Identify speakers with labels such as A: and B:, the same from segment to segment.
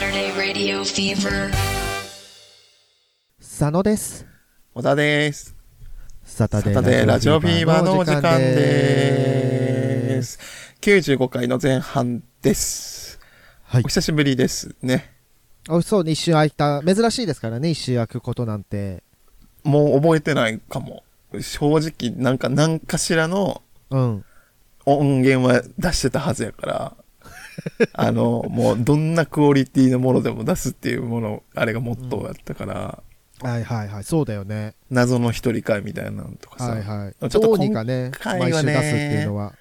A: Radio Fever.
B: 佐野です。
C: 小田です。
B: サタ
C: サタデーラジオフィーバーのお時間で。す。95回の前半です。
B: はい
C: お。久しぶりですね。
B: おそう、一周空いた。珍しいですからね、一周空くことなんて。
C: もう覚えてないかも。正直、なんか何かしらの
B: うん。
C: 音源は出してたはずや から、あの、もうどんなクオリティのものでも出すっていうもの、あれがモットーやったから、
B: はいはいはい。そうだよね。
C: 謎の一人会みたいなのとかさ、
B: はいはい。
C: ちょっと
B: どう
C: 今
B: にかね、
C: 回は
B: 毎
C: ね
B: 週出すっていうのは。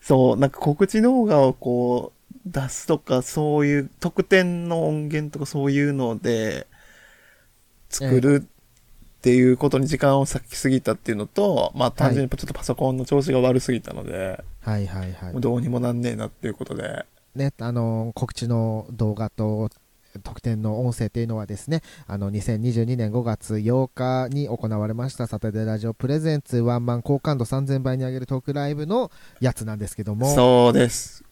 C: そう、なんか告知動画をこう、出すとか、そういう、特典の音源とかそういうので、作るっていうことに時間を割きすぎたっていうのと、まあ単純にちょっとパソコンの調子が悪すぎたので、
B: はいはいはい
C: もう。どうにもなんねえなっていうことで、
B: ね、あのー告知の動画と特典の音声というのはですねあの2022年5月8日に行われましたサタデーラジオプレゼンツワンマン好感度3000倍に上げるトークライブのやつなんですけども
C: そうです。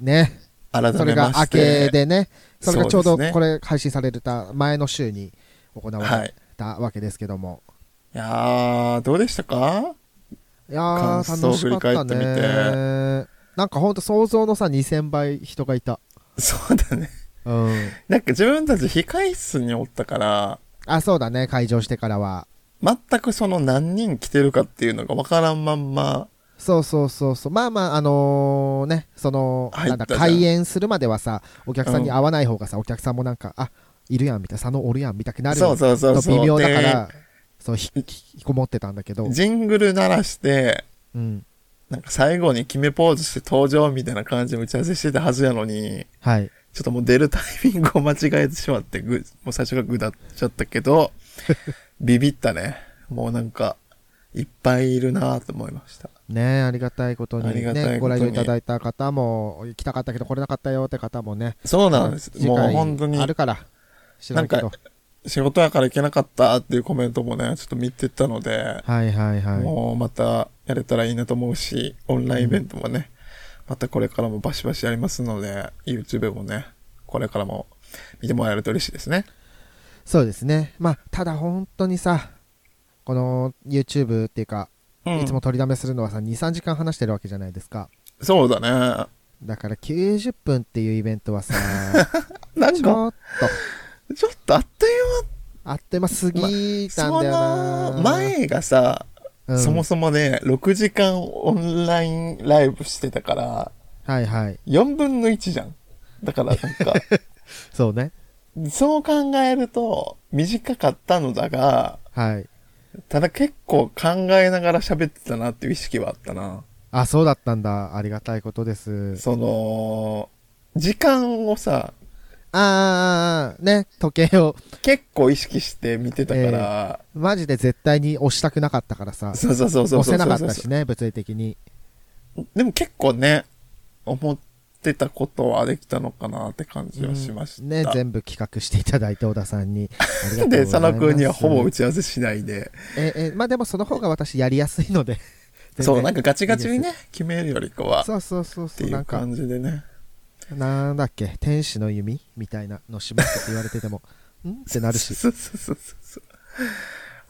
B: ね
C: 改めまして。
B: それが明けでねそれがちょう
C: そ
B: ど
C: うですね
B: これ配信された前の週に行わ
C: は
B: れ
C: い。
B: たわけですけども、
C: いやー、どうでしたか
B: い、やー
C: 感想を
B: 楽し
C: 振
B: かっ
C: り返
B: た
C: って
B: ね
C: みて
B: なんかほんと想像のさ2000倍人がいた
C: そうだね。
B: うん
C: なんか自分たち控室におったから、
B: あそうだね会場してからは
C: 全くその何人来てるかっていうのが分からんまんま、
B: そうそうそうそうまあまああのーねその
C: 入
B: な
C: っ
B: ん
C: た
B: だ
C: じゃん
B: 開演するまではさお客さんに
C: う
B: 会わない方がさ、お客さんもなんかあいるやんみたいな佐野おるやんみたいになる
C: そうそうそうそう。
B: 微妙だか
C: で
B: らそうひひきこもってたんだけど、
C: ジングル鳴らして、
B: うん、
C: なんか最後に決めポーズして登場みたいな感じで打ち合わせしてたはずやのに、
B: はい
C: ちょっともう出るタイミングを間違えてしまって、ぐ、 もう最初がぐだっちゃったけど、ビビったね。もうなんか、いっぱいいるなと思いました。
B: ねえありがたいことに
C: ありがたいこと
B: ねご来
C: に
B: 場いただいた方も行きたかったけど来れなかったよって方もね
C: そうなんです。
B: 次
C: もう
B: 回
C: 本当に
B: あ、るから知らんけ
C: な
B: ど
C: ん仕事やから行けなかったっていうコメントもね、ちょっと見てたので、
B: はいはいはい
C: もうまたやれたらいいなと思うし、オンラインイベントもね、またこれからもバシバシやりますので、YouTube もね、これからも見てもらえると嬉しいですね。
B: そうですねまあただ本当にさこの YouTube っていうか
C: うん
B: いつも取りだめするのはさ23時間話してるわけじゃないですか
C: そうだね。
B: だから90分っていうイベントは さ
C: なん
B: ち
C: か、
B: ょっと
C: ちょっとあっという
B: あっという間すぎたん
C: 間、
B: だよな、
C: その前がさ、
B: うん
C: そもそもね、6時間オンラインライブしてたから、
B: はいはい
C: 4分の1じゃん。だからな んか、
B: そうね
C: そう考えると、短かったのだが、
B: はい
C: ただ結構考えながら喋ってたなっていう意識はあったな。
B: あそうだったんだありがたいことです
C: その、時間をさ、
B: あーあーあーね時計を
C: 結構意識して見てたから、
B: マジで絶対に押したくなかったからさ
C: そうそうそうそう
B: 押
C: そ
B: せ
C: う
B: な
C: そ
B: か
C: う
B: ったしね物理的に
C: でも結構ね、思ってたことはできたのかなって感じはしました。
B: うんね全部企画していただいて小田さんにありがとうござい
C: で、
B: ます
C: 佐野くんにはほぼ打ち合わせしないで、
B: ええまあでもその方が私やりやすいので全然
C: そう、なんかガチガチにね、決めるよりかは、っ
B: そうそうそうそ
C: て
B: う
C: い
B: な
C: うん
B: か
C: 感じでね。
B: なんだっけ天使の弓みたいなのしますって言われてても んってなるし
C: そうそうそうそうそう。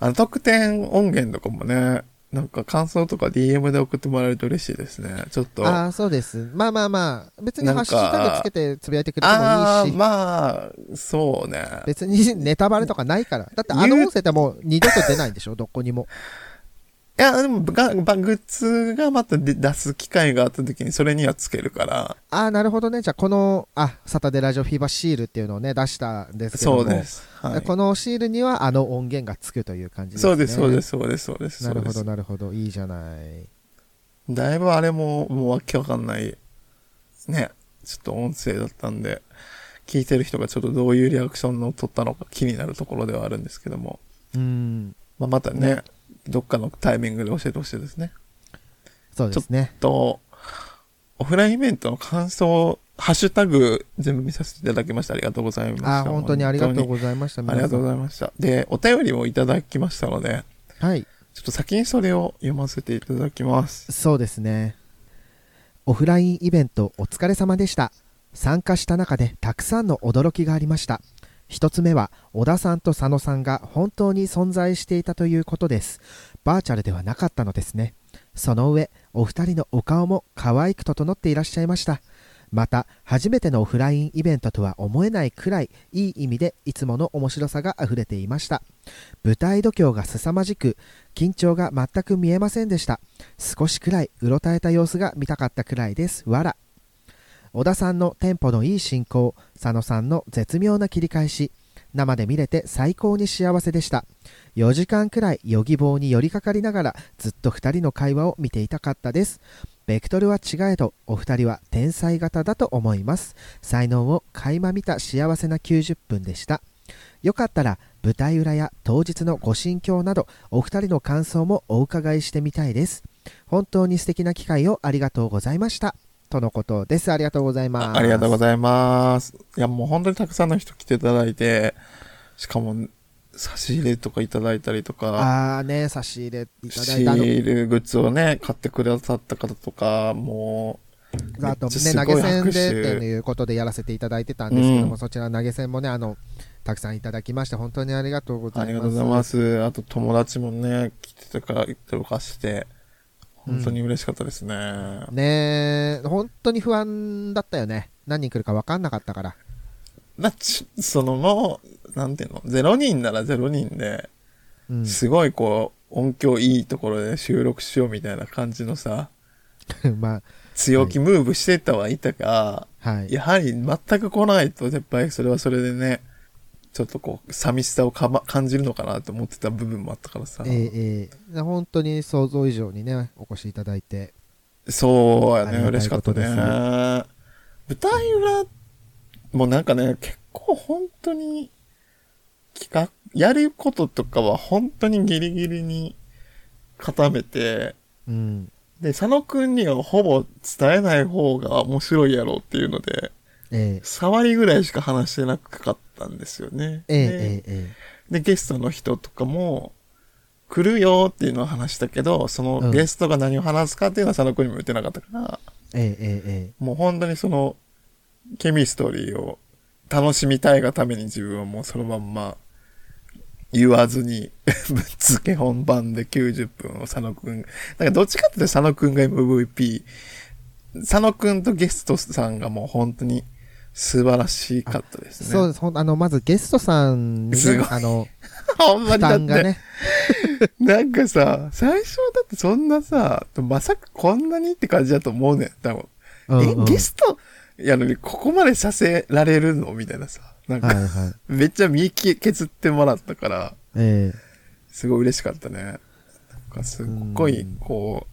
C: あの、特典音源とかもね、なんか感想とか DM で送ってもらえると嬉しいですね。ちょっと。
B: ああそうですまあまあまあ別にハッシュタグつけてつぶやいてくれても
C: あ
B: いい
C: ー
B: し、
C: まあ、そうね。
B: 別にネタバレとかないからだってあの音声ってもう二度と出ないんでしょどこにも
C: いや、でも、がばグッズがまた出出す機会があった時にそれにはつけるから。
B: ああなるほどねじゃあこのあサタデーラジオフィーバーシールっていうのをね出したんですけども
C: そうです。はい。
B: このシールにはあの音源がつくという感じです、ね、
C: そうです、そうです、そうです、そうです。
B: なるほ
C: そ
B: ど
C: うで
B: なるほどいいじゃない
C: すだいぶあれも、もうわけわかんない、ね、ちょっと音声だったんで、聞いてる人がちょっとどういうリアクションを取ったのか気になるところではあるんですけども、
B: うん
C: まあ、またね、どっかのタイミングで教えてほしいですね。
B: そうですね
C: と、オフラインイベントの感想、ハッシュタグ全部見させていただきました。ありがとうございました。
B: あー本当にありがとうございました
C: ありがとうございました。で、お便りもいただきましたので、
B: はい
C: ちょっと先にそれを読ませていただきます。
B: そうですね。オフラインイベントお疲れ様でした。参加した中でたくさんの驚きがありました一つ目は小田さんと佐野さんが本当に存在していたということですバーチャルではなかったのですねその上お二人のお顔も可愛く整っていらっしゃいましたまた初めてのオフラインイベントとは思えないくらいいい意味でいつもの面白さがあふれていました舞台度胸が凄まじく緊張が全く見えませんでした少しくらいうろたえた様子が見たかったくらいですわら小田さんのテンポのいい進行佐野さんの絶妙な切り返し生で見れて最高に幸せでした4時間くらいヨギ棒に寄りかかりながらずっと2人の会話を見ていたかったですベクトルは違えどお二人は天才型だと思います才能を垣間見た幸せな90分でしたよかったら舞台裏や当日のご心境などお二人の感想もお伺いしてみたいです本当に素敵な機会をありがとうございましたとのことですありがとうございます
C: ありがとうご
B: い
C: ざいます。いや、もう本当にたくさんの人来ていただいて、しかも、差し入れとかいただいたりとか、
B: ああね差し入れいただ
C: シ
B: いたの
C: ールグッズをね、買ってくださった方とか、も
B: あと
C: め
B: ね、
C: っちゃ
B: 投
C: すごい
B: げ銭で
C: 拍
B: って
C: 手
B: いうことでやらせていただいてたんですけども、
C: うん
B: そちらの投げ銭もね、あの、たくさんいただきまして、本当にありがとうご
C: う、あ
B: ざい
C: り
B: ま
C: が
B: す。
C: とうございます。あと友達もね、来てたから、とかして、本当に嬉しかったですね。
B: ねえ本当に不安だったよね。何人来るか分かんなかったから。
C: なちそのもう、なんていうの、0人なら0人で、
B: うん。
C: すごいこう、音響いいところで収録しようみたいな感じのさ、
B: ま
C: 強気ムーブしてたはいたが、
B: あ、はい。
C: やはり全く来ないと、やっぱりそれはそれでね、ちょっとこう、寂しさをか、ま、感じるのかなと思ってた部分もあったからさ。
B: ええええで本当に想像以上にね、お越しいただいて。
C: そうや
B: ありが
C: ね、
B: たい
C: 嬉しかった
B: こと
C: ね。
B: です
C: 舞台裏もなんかね、結構本当に、企画、やることとかは本当にギリギリに固めて、
B: うん。
C: で、佐野くんにはほぼ伝えない方が面白いやろうっていうので、
B: ええ
C: 触りぐらいしか話してなかったんですよね。
B: ええ
C: で
B: えええ
C: で、ゲストの人とかも、来るよっていうのは話したけど、そ
B: うん
C: のゲストが何を話すかっていうのは佐野くんにも言ってなかったから、
B: ええええ
C: もう本当にその、ケミストリーを楽しみたいがために自分はもうそのまんま、言わずに、 ぶっつけ本番で90分を佐野くん、なんかどっちかっていうと佐野くんが MVP、佐野くんとゲストさんがもう本当に素晴らしかったですね。
B: そうです。ほんあの、まずゲストさんにね、
C: すごい
B: あ の、
C: ほんま
B: 負
C: にだって
B: 担がね、
C: なんかさ、最初だってそんなさ、まさかこんなにって感じだと思うねん、多分。
B: うんうん
C: え、ゲストやのにここまでさせられるのみたいなさ。なんか、
B: はいはい。
C: めっちゃ身削ってもらったから、
B: ええ
C: すごい嬉しかったね。なんかすっごい
B: うん、
C: こ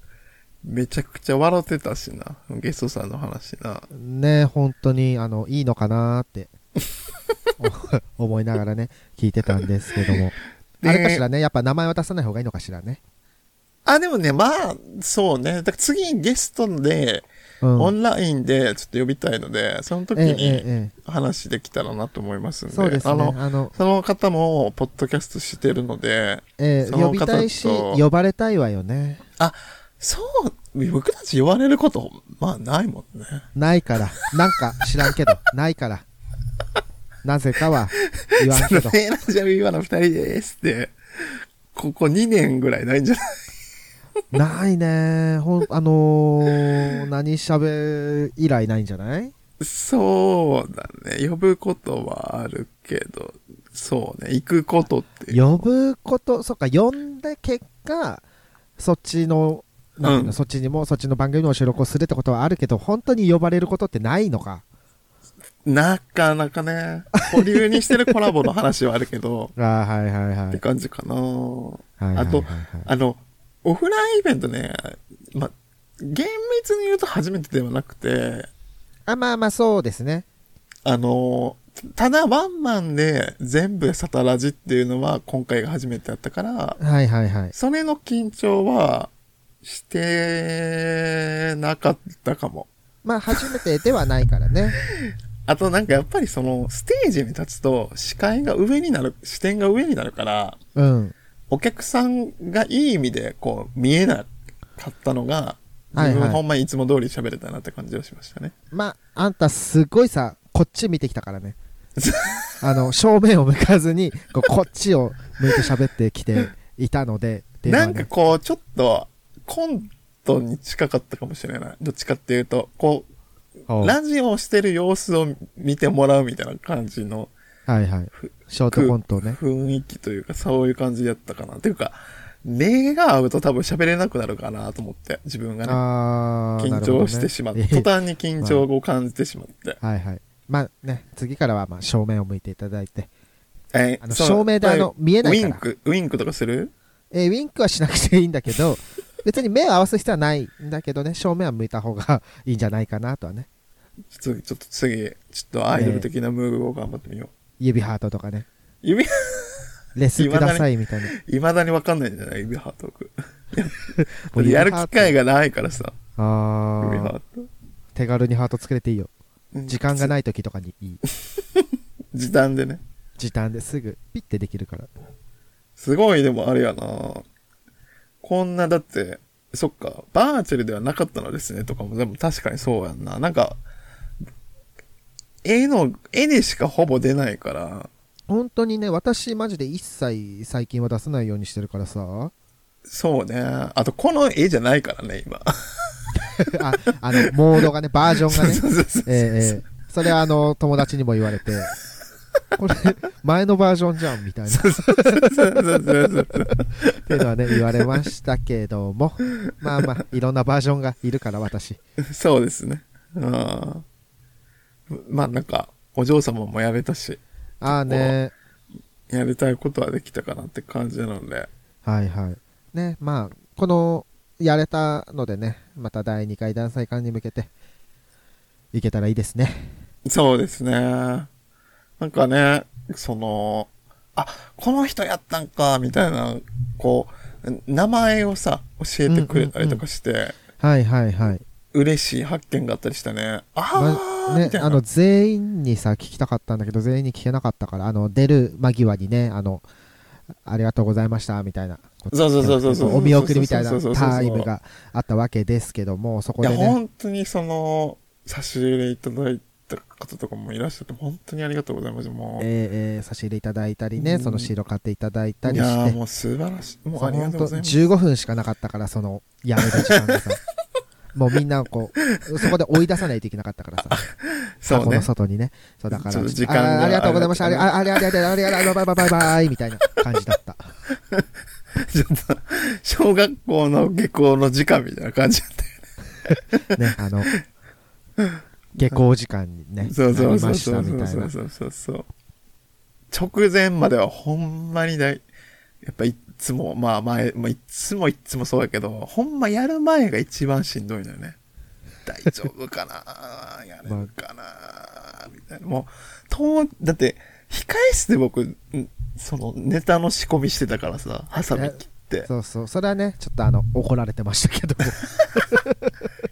C: う、めちゃくちゃ笑ってたしな。ゲストさんの話な。
B: ね本当にあのいいのかなーって お思いながらね聞いてたんですけども
C: で
B: あれかしらねやっぱ名前は出さない方がいいのかしらね、
C: あ、でもね、まあ、そうね。だから次ゲストで、
B: うん、
C: オンラインでちょっと呼びたいので、その時
B: えええ
C: に
B: ええ
C: 話できたらなと思いますん
B: え
C: で。
B: そうですね
C: あ
B: あ
C: の
B: の、
C: その方も、ポッドキャストしてるので、
B: ええ
C: その
B: 呼びたいし
C: 方と
B: 呼ばれたいわよね
C: そう、僕たち言われること、まあ、ないもんね。
B: ないからなんか知らんけどないからなぜかは言わんけ
C: そ
B: ど
C: の、エラジャビーワの二人ですって、ここ2年ぐらいないんじゃない
B: ないねほんあのー、何しゃべ以来ないんじゃない
C: そうだね。呼ぶことはあるけど、そうね。行くことっていう。
B: 呼ぶことそっか呼んで結果そっちのなんていうの
C: うん
B: そっちにもそっちの番組の収録をするってことはあるけど本当に呼ばれることってないのか
C: なかなかね、保留にしてるコラボの話はあるけど、
B: あーはいはいはい
C: って感じかな。
B: はいはいはいはい
C: あとあの、オフラインイベントね、ま、厳密に言うと初めてではなくて、
B: あまあまあそうですね
C: あの、ただワンマンで全部サタラジっていうのは今回が初めてだったから、
B: はいはいはい
C: それの緊張はしてなかったかも。
B: まあ初めてではないから ね
C: あとなんかやっぱりそのステージに立つと視界が上になる、視点が上になるから、
B: うん
C: お客さんがいい意味でこう見えなかったのが
B: はいはい
C: 自分ほんまにいつも通り喋れたなって感じはしましたね。
B: まあ、あんたすごいさ、こっち見てきたから ね。あの、正面を向かずに、こうこっちを向いて喋ってきていたので、っていうの
C: な
B: は
C: ん
B: ね
C: かこう、ちょっと、コントに近かったかもしれない。どっちかっていうと、こ
B: お
C: う、
B: う
C: ラジオをしてる様子を見てもらうみたいな感じの
B: はいはい。ショートコントね。
C: 雰囲気というか、そういう感じだったかな。っていうか、目が合うと多分喋れなくなるかなと思って、自分がね。
B: あー
C: 緊張してしまっ
B: なる
C: て、
B: ほど
C: 途
B: ね
C: 端に緊張を感じてしまって。
B: はいはい。まあね、次からはまあ正面を向いていただいて。
C: え
B: あの照明であの見えないから
C: ウィンク、ウィンクとかする
B: えーウィンクはしなくていいんだけど、 別に目を合わす必要はないんだけどね、正面は向いた方がいいんじゃないかなとはね。
C: ちょっとちょっと次、ちょっとアイドル的なムーブを頑張ってみよう。
B: 指ハートとかね。
C: 指、
B: レスくださいみたいな。
C: いまだにわかんないんじゃない指ハート僕やる機会
B: が。
C: がないからさ、
B: あ
C: 指
B: ー
C: ハー
B: 手軽にハート作れていいよ。
C: ト。
B: 時間が
C: い。
B: ない時とかにいい。
C: 時短でね。
B: 時短ですぐピッてできるから。
C: すごい、でもあれやなこんな、だって、そっか、バーチャルではなかったのですねとかも、でも確かにそうやんな。なんか、絵の、絵にしかほぼ出ないから、
B: 本当にね、私マジで一切最近は出さないようにしてるからさ。
C: そうね。あと、この絵じゃないからね、今。
B: あ、あの、モードがね、バージョンがね。
C: そうそうそう
B: ええええそれはあの、友達にも言われて、これ、前のバージョンじゃん、みたいな。っていうのはね、言われましたけども、まあまあ、いろんなバージョンがいるから、私。
C: そうですね。うん。まあなんか、お嬢様もやれたし、
B: ああね、
C: やりたいことはできたかなって感じなので、
B: はいはい。ね、まあ、この、やれたのでね、また第2回団祭館に向けて、いけたらいいですね。
C: そうですね。なんかね、その、あ、この人やったんか、みたいな、こう、名前をさ、教えてくれたりとかして、
B: はいはいはい。
C: 嬉しい発見があったりしたね。あー、
B: ま、ね
C: みた、いな。
B: あの、全員にさ、聞きたかったんだけど、全員に聞けなかったから、あの、出る間際にね、あの、ありがとうございました、みたいな。こ
C: そうそうそうそうそう
B: お見送りみたいな
C: そうそうそうそう
B: タイムがあったわけですけども、そこ
C: い
B: で
C: や、
B: ね、
C: 本当にその、差し入れいただいた方とかもいらっしゃって、本当にありがとうございます。もう、
B: えーえー差し入れいただいたりね、
C: うん
B: そのシール買っていただいた
C: い
B: り
C: や
B: し
C: ー
B: て、
C: もう素晴らしい。もう
B: そ
C: あ
B: う
C: りが
B: 本
C: とう
B: 当
C: ございます。
B: 15分しかなかったから、その、やめる時間が さ。もうみんなをこう、そこで追い出さないといけなかったからさ。
C: そう
B: 箱
C: ね
B: の。外にね。そうだから、
C: ちょっと時間が
B: あーありがとうございました。あ
C: あ
B: り
C: れ
B: あありがとうございました。ありがとうございました。バイバイバイみたいな感じだった。
C: ちょっと、小学校の下校の時間みたいな感じだったよ
B: ね、あの、下校時間にね、
C: ね。そうそう
B: な
C: そ
B: り
C: う
B: まし
C: そ
B: た
C: う
B: みたい
C: そ
B: な
C: う。そうそうそう。直前まではほんまにだい、やっぱいっつも、まあ前、まあ、いっつもいっつもそうやけど、ほんまやる前が一番しんどいのよね。大丈夫 かなやれるかなみたいな。もう、と、だって、控え室で僕、んそのネタの仕込みしてたからさ、ハサミ切って、
B: そうそう、それはね、ちょっとあの、怒られてましたけども。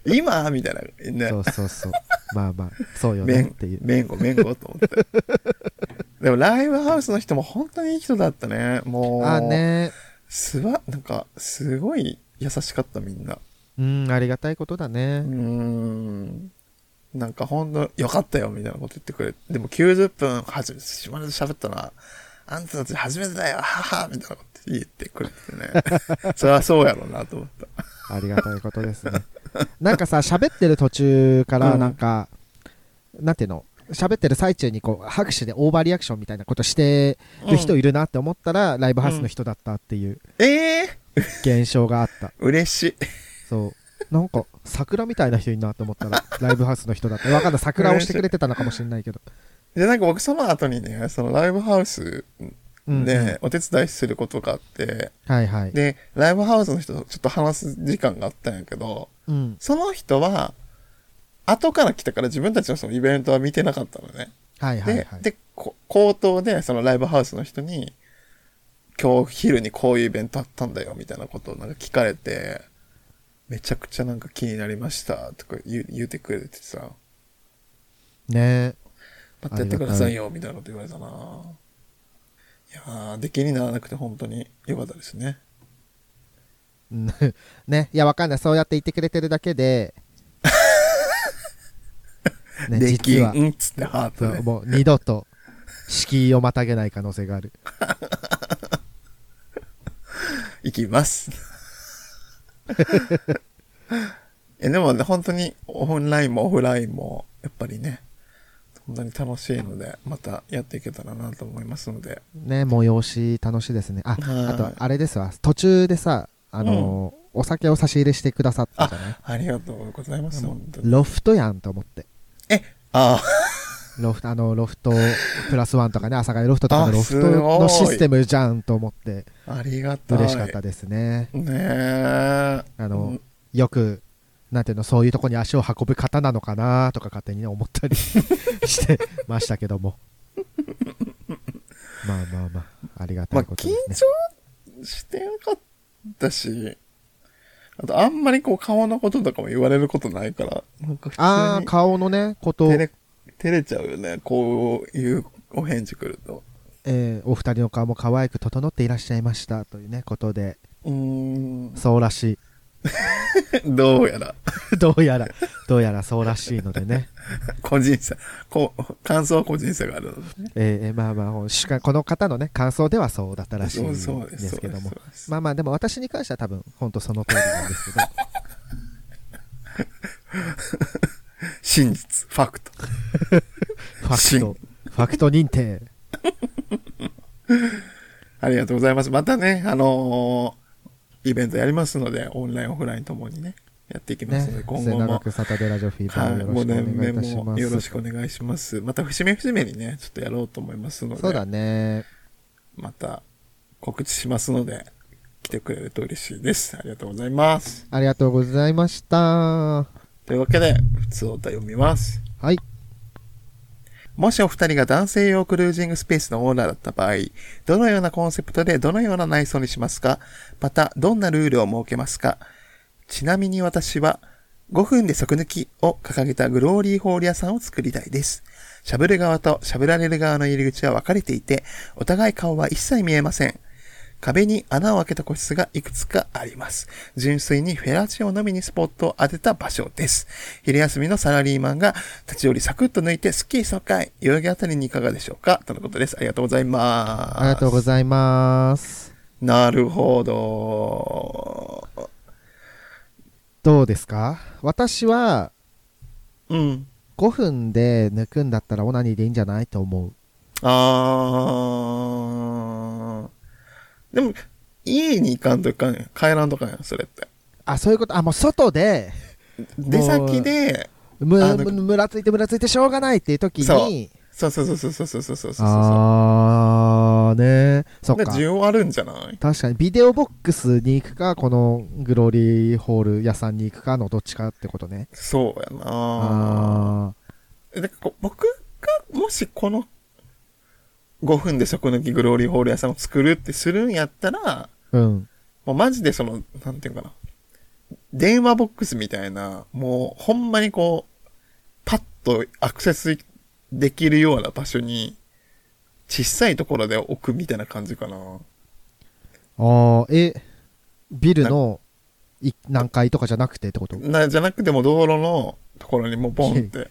C: 今みたいな、ね、
B: そうそうそう。まあまあ、そうよね
C: め
B: っ
C: ん
B: ていう。
C: めんごめんごと思 って。でもライブハウスの人も本当にいい人だったね。もう、
B: あーね、
C: すわ、なんか、すごい優しかったみんな。
B: うん、ありがたいことだ
C: うー
B: ね。
C: ん。なんかほんと、よかったよみたいなこと言ってくれて。でも90分、はじめ、島根で喋ったな。あんたたち初めてだよ、ははみたいなこと言ってくれて ね。それはそうやろうなと思った。
B: ありがたいことですね。なんかさ、喋ってる途中から、
C: うん
B: なんか、なんていうの喋ってる最中にこう拍手でオーバーリアクションみたいなことしてる人
C: うん
B: いるなって思ったら、ライブハウスの人だったっていう
C: ええ
B: 現象があった。
C: 嬉しい。
B: そう。なんか、桜みたいな人いるなと思った ら、ライブハウスの人だって。わかんない。桜をしてくれてたのかもしれないけど。
C: で、なんか僕その後にね、そのライブハウス
B: うん。
C: でお手伝いすることがあって、
B: はいはい。
C: で、ライブハウスの人とちょっと話す時間があったんやけど、
B: うん。
C: その人は、後から来たから自分たちのそのイベントは見てなかったのね。
B: はい
C: で、
B: はいはい。
C: で、こ口頭でそのライブハウスの人に、今日昼にこういうイベントあったんだよみたいなことをなんか聞かれて、めちゃくちゃなんか気になりましたとか言う言うてくれてさ、
B: ね
C: またやってくださいよみたいなこと言われたな。いやー、出来にならなくて本当に良かったですね。
B: うん ね、いや、わかんない。そうやって言ってくれてるだけ で、ね、
C: でき
B: 実は、
C: んっつってハー
B: そ
C: ト
B: う
C: で。
B: もう二度と敷居をまたげない可能性がある。
C: いきます。 え、でもね、本当にオンラインもオフラインも、やっぱりね、そんなに楽しいので、またやっていけたらなと思いますので。
B: ね、催し楽しいですね。あ、
C: はい
B: あと、あれですわ。途中でさ、あの、お酒を差し入れしてくださったじゃない
C: ありがとうございます、本当に。
B: ロフトやんと思って。
C: え、ああ、
B: ロフト、あの、ロフト、プラスワンとかね、朝霞ロフトとか
C: あ
B: のロフト
C: すごい
B: のシステムじゃんと思って、
C: ありがたい。
B: 嬉しかったですね。
C: ねえ。
B: あ
C: う
B: の
C: ん、
B: よく、なんていうの、そういうとこに足を運ぶ方なのかなとか勝手にね思ったりしてましたけど も。まあまあまあ、ありがた
C: まあ、
B: いこと
C: 緊
B: ですね。
C: 張してなかったし、あと、あんまりこう、顔のこととかも言われることないから、なんか普
B: ああ、
C: 通
B: 顔のね、こと
C: に照、れ、照れちゃうよね。こういうお返事来ると。
B: えーお二人の顔も可愛く整っていらっしゃいましたというね、ことで、
C: うーん、
B: そうらし
C: どうやら、
B: い。 どうやら、どうやらそうらしいのでね。
C: 個人差、こう、感想は個人差があるのでね。
B: えーえーまあまあほん、しかこの方のね、感想ではそうだったらしいん
C: そう
B: で
C: そうです。
B: すけども
C: そう。です
B: まあまあ、でも私に関しては多分、本当その通りなんです けど。
C: 真実、ファクト。
B: ファクト、ファクト認定。
C: ありがとうございます。またね、あのーイベントやりますので、オンライン、オフラインともにね、やっていきま
B: ね
C: すので、、今
B: 末
C: 後
B: 永
C: も
B: く。サタデーラジオフィーバ
C: は
B: ー
C: い、
B: をよろ
C: 5
B: しくお願いいたし
C: 年目
B: ま
C: も
B: す。
C: よろしくお願いします。また節目節目にね、ちょっとやろうと思いますので、
B: そうだね。
C: また告知しますので、来てくれると嬉しいです。ありがとうございます。
B: ありがとうございました。は
C: というわけで、普通お歌読みます。
B: い。
C: もしお二人が男性用クルージングスペースのオーナーだった場合、どのようなコンセプトでどのような内装にしますかまた、どんなルールを設けますかちなみに私は、5分で即抜きを掲げたグローリーホール屋さんを作りたいです。しゃぶる側としゃぶられる側の入り口は分かれていて、お互い顔は一切見えません。壁に穴を開けた個室がいくつかあります。純粋にフェラチオのみにスポットを当てた場所です。昼休みのサラリーマンが立ち寄りサクッと抜いてスッキリ爽快。代々木あたりにいかがでしょうかとのことです。ありがとうございます。
B: ありがとうございます。
C: なるほど。
B: どうですか私は、
C: うん。
B: 5分で抜くんだったらオナニーでいいんじゃないと思う。
C: あー。でも、家に行かんといかんやん。帰らんとかんやん、それって。
B: あ、そういうこと、あ、もう外 で、
C: 出先で、
B: む、
C: あの
B: むむらついてむらついてしょうがないっていう時に、
C: そうそうそうそうそうそうそうそうそう。
B: あーねそっ
C: で
B: か。
C: 需要あるんじゃない
B: 確かにビデオボックスに行くかこのグローリーホール屋さんに行くかのどっちかってことね
C: そうやな
B: あ
C: ぁ。だからこう僕がもしこの5分で底抜きグローリーホール屋さんを作るってするんやったら、
B: あうん
C: もうマジでその、なんていうかな。電話ボックスみたいな、もうほんまにこう、パッとアクセスできるような場所に、小さいところで置くみたいな感じかな。
B: あーえビルのい何階とかじゃなくてってこと
C: な、じゃなくても道路のところにもうポ ンって。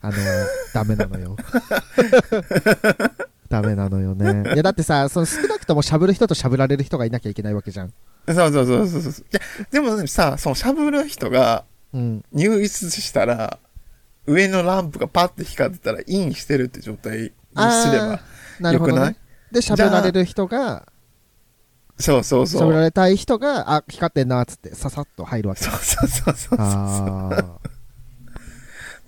B: あのダメなの よダメなのよねいやだってさその少なくともしゃぶる人としゃぶられる人がいなきゃいけないわけじゃん
C: そうそうそうそうそう。じゃ、でもさ、そのしゃぶる人が
B: うん
C: 入室したら、上のランプがパッて光ってたらインしてるって状態にすれば。
B: ーなるほど、ね、
C: よくない
B: でしゃぶられる人が
C: そうそう
B: し
C: そ
B: ゃぶら
C: う。
B: れたい人があ光ってんなっつってささっと入るわけ
C: そうそうそうそうそう。
B: ああ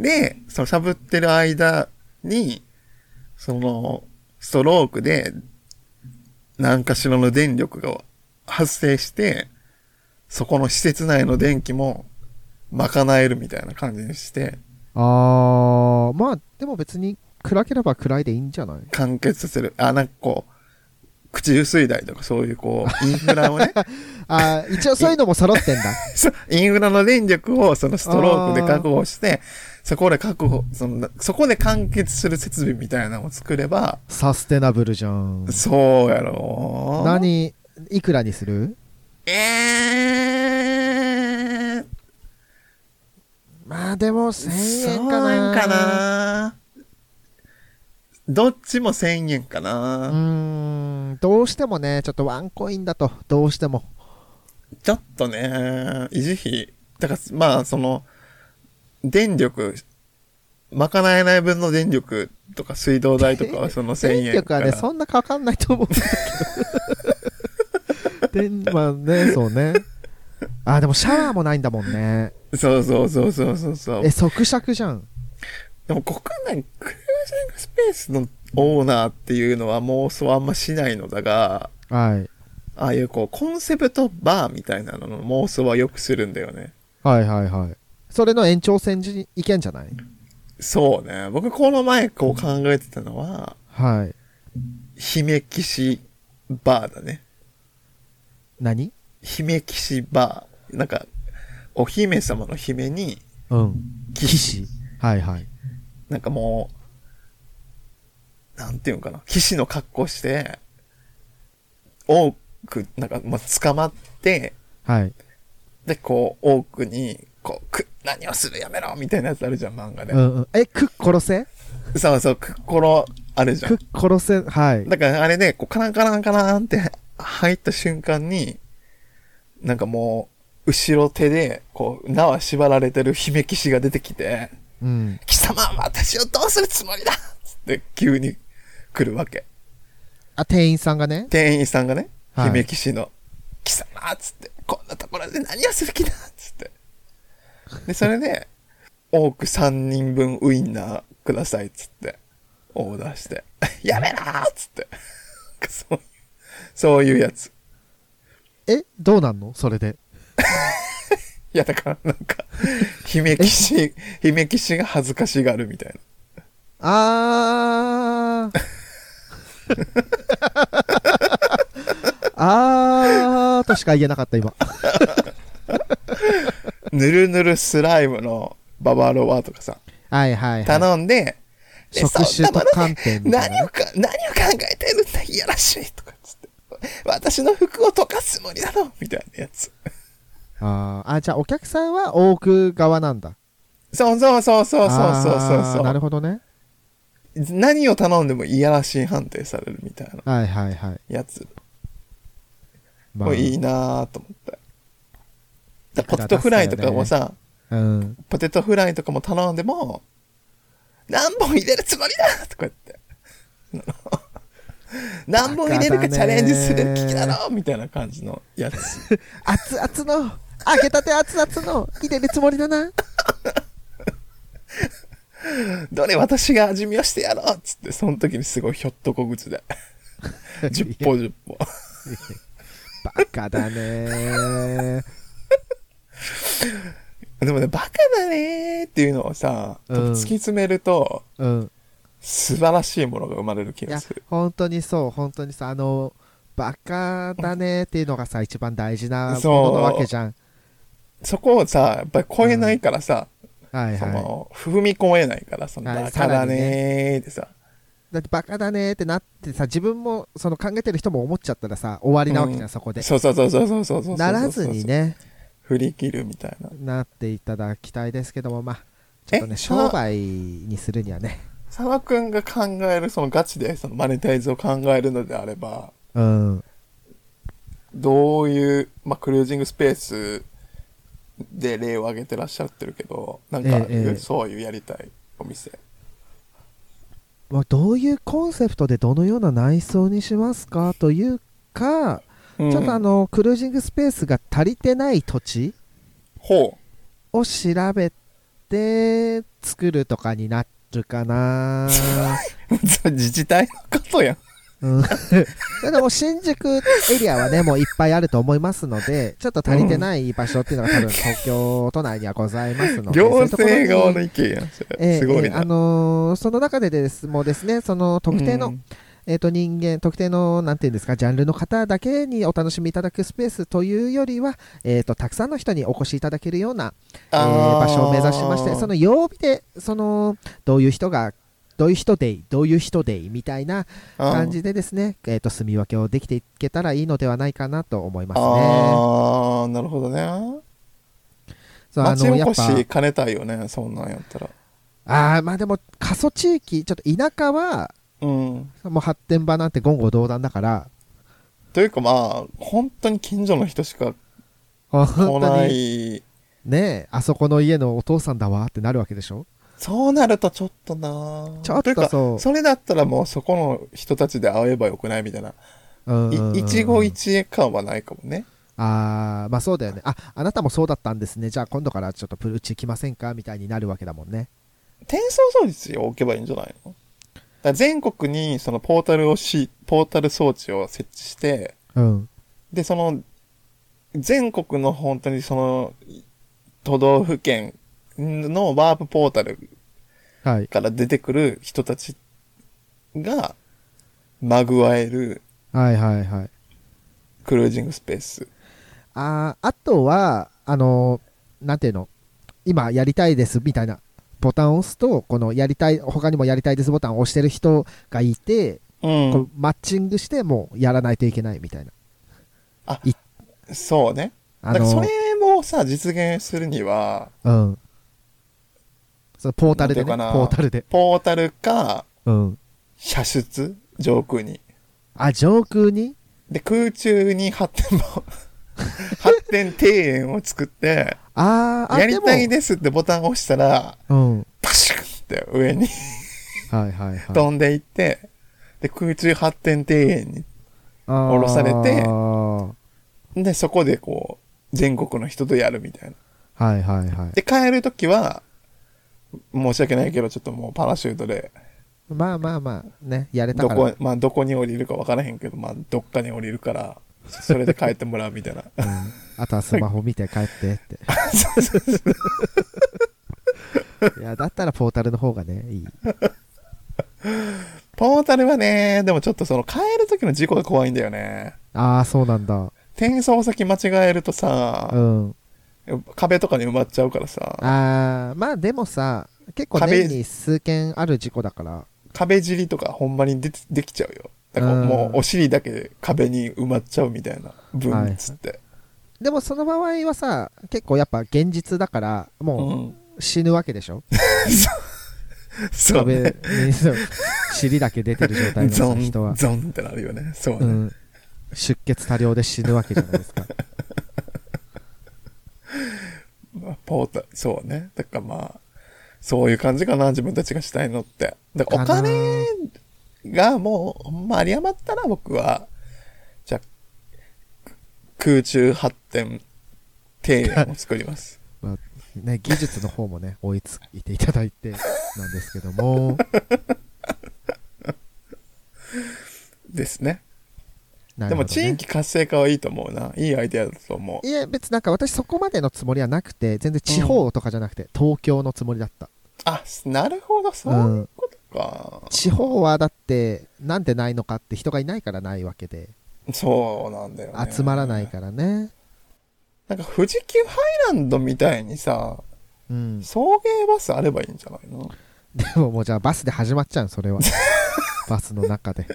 C: で、そのしゃぶってる間に、その、ストロークで、何かしらの電力が発生して、そこの施設内の電気も賄えるみたいな感じにして、
B: あー、まあ、でも別に暗ければ暗いでいいんじゃない
C: 完結させる。あ、なんかこう、口流水台とかそういうこう、インフラをね、
B: あー一応そういうのも揃ってんだ。
C: そうインフラの電力をそのストロークで確保して、そこで確保、その、そこで完結する設備みたいなのを作れば、
B: サステナブルじゃん。
C: そうやろ
B: 何、いくらにする
C: ええ
B: やー、でも1000円かな。
C: そうなんかなどっちも1000円かな、
B: うーん、どうしてもね、ちょっとワンコインだと、どうしても。
C: ちょっとね、維持費。だから、まあ、その、電力、賄えない分の電力とか水道代とかはその1000 円
B: 電力はね、そんなかかんないと思うんだ けど。で、まあね、そうね。あ、でもシャワーもないんだもんね。
C: そうそうそうそうそうそう
B: え、。即尺じゃん。
C: でも国内クルージングスペースのオーナーっていうのは妄想あんましないのだが、
B: はい。
C: ああいうこうコンセプトバーみたいなのの妄想はよくするんだよね。
B: はいはいはい。それの延長線に行けんじゃない
C: そうね。僕この前こう考えてたのは、
B: はい。
C: 姫騎士バーだね。
B: 何
C: 姫騎士バー。なんか、お姫様の姫に、
B: うん。騎士。はいはい。
C: なんかもう、なんていうのかな、騎士の格好して、多く、なんか、まあ、捕まって、
B: はい。
C: で、こう、多くに、こう、く、何をするやめろみたいなやつあるじゃん、漫画で。
B: うんうん。え、クッ殺せ
C: そうそう、くっころ、あるじゃ
B: ク
C: ん。
B: ッ殺せ、はい。
C: だから、あれで、こう、カランカランカランって入った瞬間に、なんかもう、後ろ手で、こう、縄縛られてる姫騎士が出てきて、
B: うん。
C: 貴様は私をどうするつもりだつって急に来るわけ。
B: あ、店員さんがね。
C: 店員さんがね、
B: はい
C: 姫騎士の、貴様っつって、こんなところで何をする気だっつって。で、それで、多く3人分ウインナーくださいっつって、オーダーして、やめろーっつって。そういう、そういうやつ。
B: え、どうなんのそれで。
C: いや、だからなんか、姫騎士、姫騎士が恥ずかしがるみたい
B: あ
C: な。
B: ー。あーとしか言えなかった今。
C: ぬるぬるスライムのババアロワとかさ、
B: はいはい、はい。
C: 頼んで、で
B: 職種と
C: そんなもの
B: 観
C: で
B: 点みたい
C: 何
B: な
C: を
B: ね。
C: か、何を考えてるんだ、いやらしいとかっつって。私の服を溶かすつもりだろみたいなやつ。
B: あーあ、じゃあお客さんは多く側なんだ。
C: そうそうそうそうそうそうそう
B: あーなる
C: そ
B: ほどね。
C: う。何を頼んでもいやらしい判定されるみたいな
B: はいはいはい。
C: やつ。
B: ま
C: もういいなぁと思って。だポテトフライとかもさ、
B: うん。
C: ポテトフライとかも頼んでも、何本入れるつもりだとか言って。 何本入れるかチャレンジする気だろみたいな感じのやつ。
B: 熱々の、揚げたて熱々の、入れるつもりだ な。
C: どれ私が味見をしてやろうっつって、その時にすごいひょっとこ 口で。10歩10歩。
B: バカだね。
C: でもね、バカだねーっていうのをさ、
B: うん
C: 突き詰めると、
B: うん。
C: 素晴らしいものが生まれる気
B: い
C: が
B: や
C: する。、
B: 本当にそう、本当にそう、あの、バカだねっていうのがさ、一番大事なも
C: そ
B: の
C: う
B: なわけじゃん。
C: そこをさ、やっぱり超えないからさ、
B: はい
C: そ
B: は
C: の、踏み込めないから、その、
B: はい
C: バカだねーってさ、
B: い。だってバカだねってなってさ、自分もその考えてる人も思っちゃったらさ、終わりなわけじゃん、
C: うん
B: そこで。
C: そうそうそうそうそうそうそう。
B: ならずに。ね、
C: 振り切るみたいな。
B: なっていただきたいですけども、まあ、ちょっとね、
C: え
B: 商売にするにはね、
C: 佐野くんが考える、そのガチで、そのマネタイズを考えるのであれば、
B: うん。
C: どういう、まあ、クルージングスペースで例を挙げてらっしゃってるけど、なんか、
B: ええええ
C: そういうやりたいお店。
B: まあ、どういうコンセプトでどのような内装にしますかというか、
C: うん
B: ちょっとあ、の、クルージングスペースが足りてない土地
C: ほ
B: を調べて作るとかになるか な。
C: う。 自治体のことやん。
B: うん、でも新宿エリアはね、もういっぱいあると思いますので、ちょっと足りてない場所っていうのが多分東京都内にはございますので、
C: 行政側
B: そういうとこ
C: の
B: ろに
C: 意見やん、そ
B: え
C: れ。
B: え
C: すご
B: え
C: い
B: えあ
C: な。
B: のーその中でですもうですね、その特定の、
C: うん
B: えー、と人間特定のなんていうんですかジャンルの方だけにお楽しみいただくスペースというよりは、えー、とたくさんの人にお越しいただけるような、えー
C: あー
B: 場所を目指しましてその曜日でそのどういう人がどういう人でいどういう人でいみたいな感じでですね、えー、と住み分けをできていけたらいいのではないかなと思いますね
C: あーあー、なるほどね。
B: そうあ
C: 町
B: の
C: お
B: やっ
C: こ
B: ぱ
C: し兼ねたいよね、そんなんやったら。
B: あーまあでも過疎地域ちょっと田舎は
C: うん。
B: もう発展場なんて言語道断だから
C: というかまあ、本当に近所の人しか来
B: 本当
C: な
B: に
C: い。
B: ねえあそこの家のお父さんだわってなるわけでしょ
C: そうなるとちょっとな
B: ちょっと
C: というか、
B: そう
C: それだったらもうそこの人たちで会えばよくないみたいな。
B: うんうんうん
C: い一期一会感はないかもね。
B: ああまあそうだよねああなたもそうだったんですねじゃあ今度からちょっとプルうち来ませんかみたいになるわけだもんね
C: 転送装置を置けばいいんじゃないのだから全国にそのポータルをし、ポータル装置を設置して、
B: うん
C: で、その、全国の本当にその、都道府県のワープポータル
B: はい
C: から出てくる人たちが、まぐわえる
B: はいはいはい
C: クルージングスペース。
B: あーあとはあのーなんていうの今やりたいですみたいなボタンを押すとこのやりたい他にもやりたいですボタンを押してる人がいて、
C: う
B: こ
C: ん
B: う。マッチングしてもうやらないといけないみたいな
C: あ
B: い、
C: そうね。だ
B: あ
C: から
B: のー
C: それもさ、実現するには、
B: うんそのポータルでね
C: なんていうかな
B: ポータルで
C: ポータルか、
B: うん
C: 射出上空に。
B: あ上空に
C: で、空中に発展 も、発展庭園を作って、
B: あーあ
C: やりたい
B: で
C: ですってボタンを押したら、
B: もうん
C: パシュンって上に
B: はいはいはい
C: 飛んでいって、で、空中発展庭園
B: 降
C: ろされて
B: は
C: に。で、そこでこう、全国の人とやるみたいな。
B: いはいはい。
C: で、帰るときは、申し訳ないけど、ちょっともうパラシュートで、
B: まあまあまあ、ね、やれた
C: ど
B: から。
C: こ、まあ、どこに降りるか分からへんけど、まあ、どっかに降りるから、それで帰ってもらうみたいな。
B: うん、あとはスマホ見て帰って って。いや、だったらポータルの方がね、いい。
C: ポータルはね、でもちょっとその帰る時の事故が怖いんだよね。
B: ああ、そうなんだ。
C: 転送先間違えると
B: う
C: さ、
B: ん。
C: 壁とかに埋まっちゃうからさ、
B: ああ、まあでもさ、結構
C: 壁
B: 年に数件ある事故だから。
C: 壁尻とかほんまにできできちゃうよ。だから
B: うん
C: もうお尻だけ壁に埋まっちゃうみたいな、分っつって。
B: でもその場合はさ、結構やっぱ現実だから、
C: う
B: も
C: ん。
B: う死ぬわけでしょ、
C: そうね。
B: 壁にそう尻だけ出てる状態の
C: ゾ
B: さ
C: ン、
B: 人は。
C: ゾンってなるよね。そうね。
B: うん、出血多量で死ぬわけじゃない ですか。
C: まあポータル、そうね。だからまあ、そういう感じかな、自分たちがしたいのって。だからお
B: かな
C: 金がもう、ほんまあり余ったら僕は、じゃあ空中発展庭園を作 ります。
B: まあね、技術の方もね追いついていただいてなんですけど も
C: ですね。
B: な
C: で
B: るほ
C: も
B: どね
C: 地域活性化はいいと思うな。いいアイデアだと思う。
B: いや別になんか私そこまでのつもりはなくて全然地方とかじゃなくて、東京のつもりだった
C: あ、なるほど、そういうことか。
B: 地方はだってなんでないのかって人がいないからないわけで
C: そうなんだよ、ね。
B: 集まらないからね
C: なんか富士急ハイランドみたいにさ、
B: うん
C: 送迎バスあればいいんじゃないの
B: でももうじゃあバスで始まっちゃうそれ はバスの中で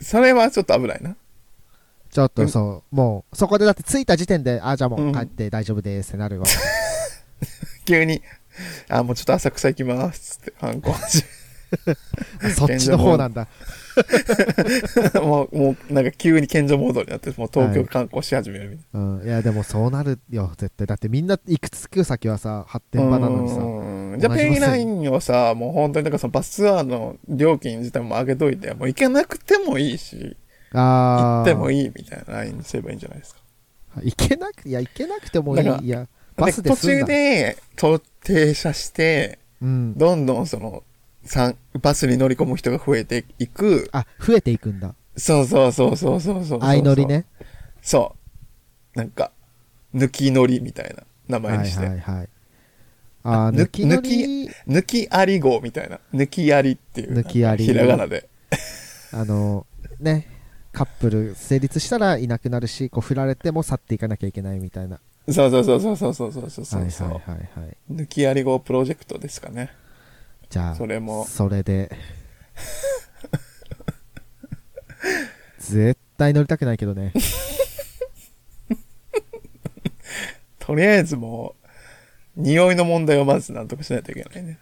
C: それはちょっと危ないな。
B: ちょっ
C: う
B: と
C: ん
B: そうもうそこでだって着いた時点であじゃあも
C: う
B: うん帰って大丈夫ですってなるわけ
C: 急に、あ、もうちょっと浅草行きますっつって、反抗し、
B: そっちの方なんだ
C: もう、もうなんか急に賢者モードになって、もう東京観光し始めるみたい
B: うん、いやでもそうなるよ絶対だってみんな行くつく先はさ発
C: な。
B: 展場なのにさ同じ
C: さじゃあ
B: バス
C: ペイラインをさ、もう本当になんかそのバスツアーの料金自体も上げといて、もう行けなくてもいいし、行
B: あ
C: っても
B: い
C: いいみたいなラインにすればいいんじゃないですか。
B: 行けなくいや行けなくてもい
C: だから
B: いいやバスで
C: 途
B: すん
C: 中
B: だ
C: で、と停車して、
B: うん、
C: どんどんその、さんバスに乗り込む人が増えていく。
B: あ増えていくんだ
C: そうそうそうそうそうそう。
B: 相乗り。ね
C: そう。なんか、抜き乗りみたいな名
B: は
C: 前に
B: い
C: して。
B: はいはいあー
C: ぬ
B: 抜き乗り
C: 抜きあり号みたいな。抜きありっていう。
B: 抜きあり
C: ひらがなで。
B: あのねカップル成立したらいなくなるしこう振られても去っていかなきゃいけないみたいな
C: そうそうそうそうそうそうそうそうそう、
B: はいはいはいはい
C: 抜きあり号プロジェクトですかね。
B: じゃあ
C: それも
B: それで 絶対乗りたくないけどね
C: とりあえずもう、匂いの問題をまずなんとかしないといけないね。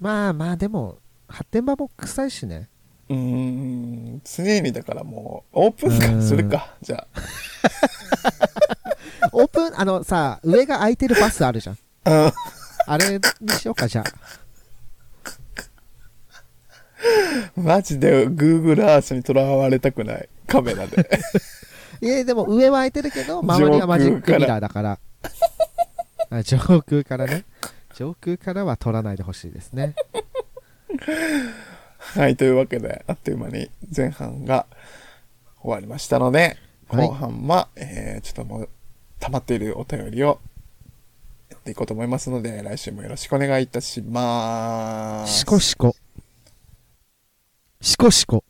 B: まあまあでも発展場も臭いしね
C: うーん、常にだからもう、オープンからするか、じゃ
B: オープンあのさ上が空いてるバスあるじゃん
C: あ。うん
B: あれにしようかじゃあ
C: マジで Google Earth にとらわれたくない。カメラで。
B: いやでも上は空いてるけど周りはマジックミラーだ からあ上空からね上空からは撮らないでほしいですね
C: はい、というわけで、あっという間に前半が終わりましたので、
B: はい
C: 後半は、えー、ちょっともう、溜まっているお便りをやっていこうと思いますので、来週もよろしくお願いいたします。
B: シコシコシコシコ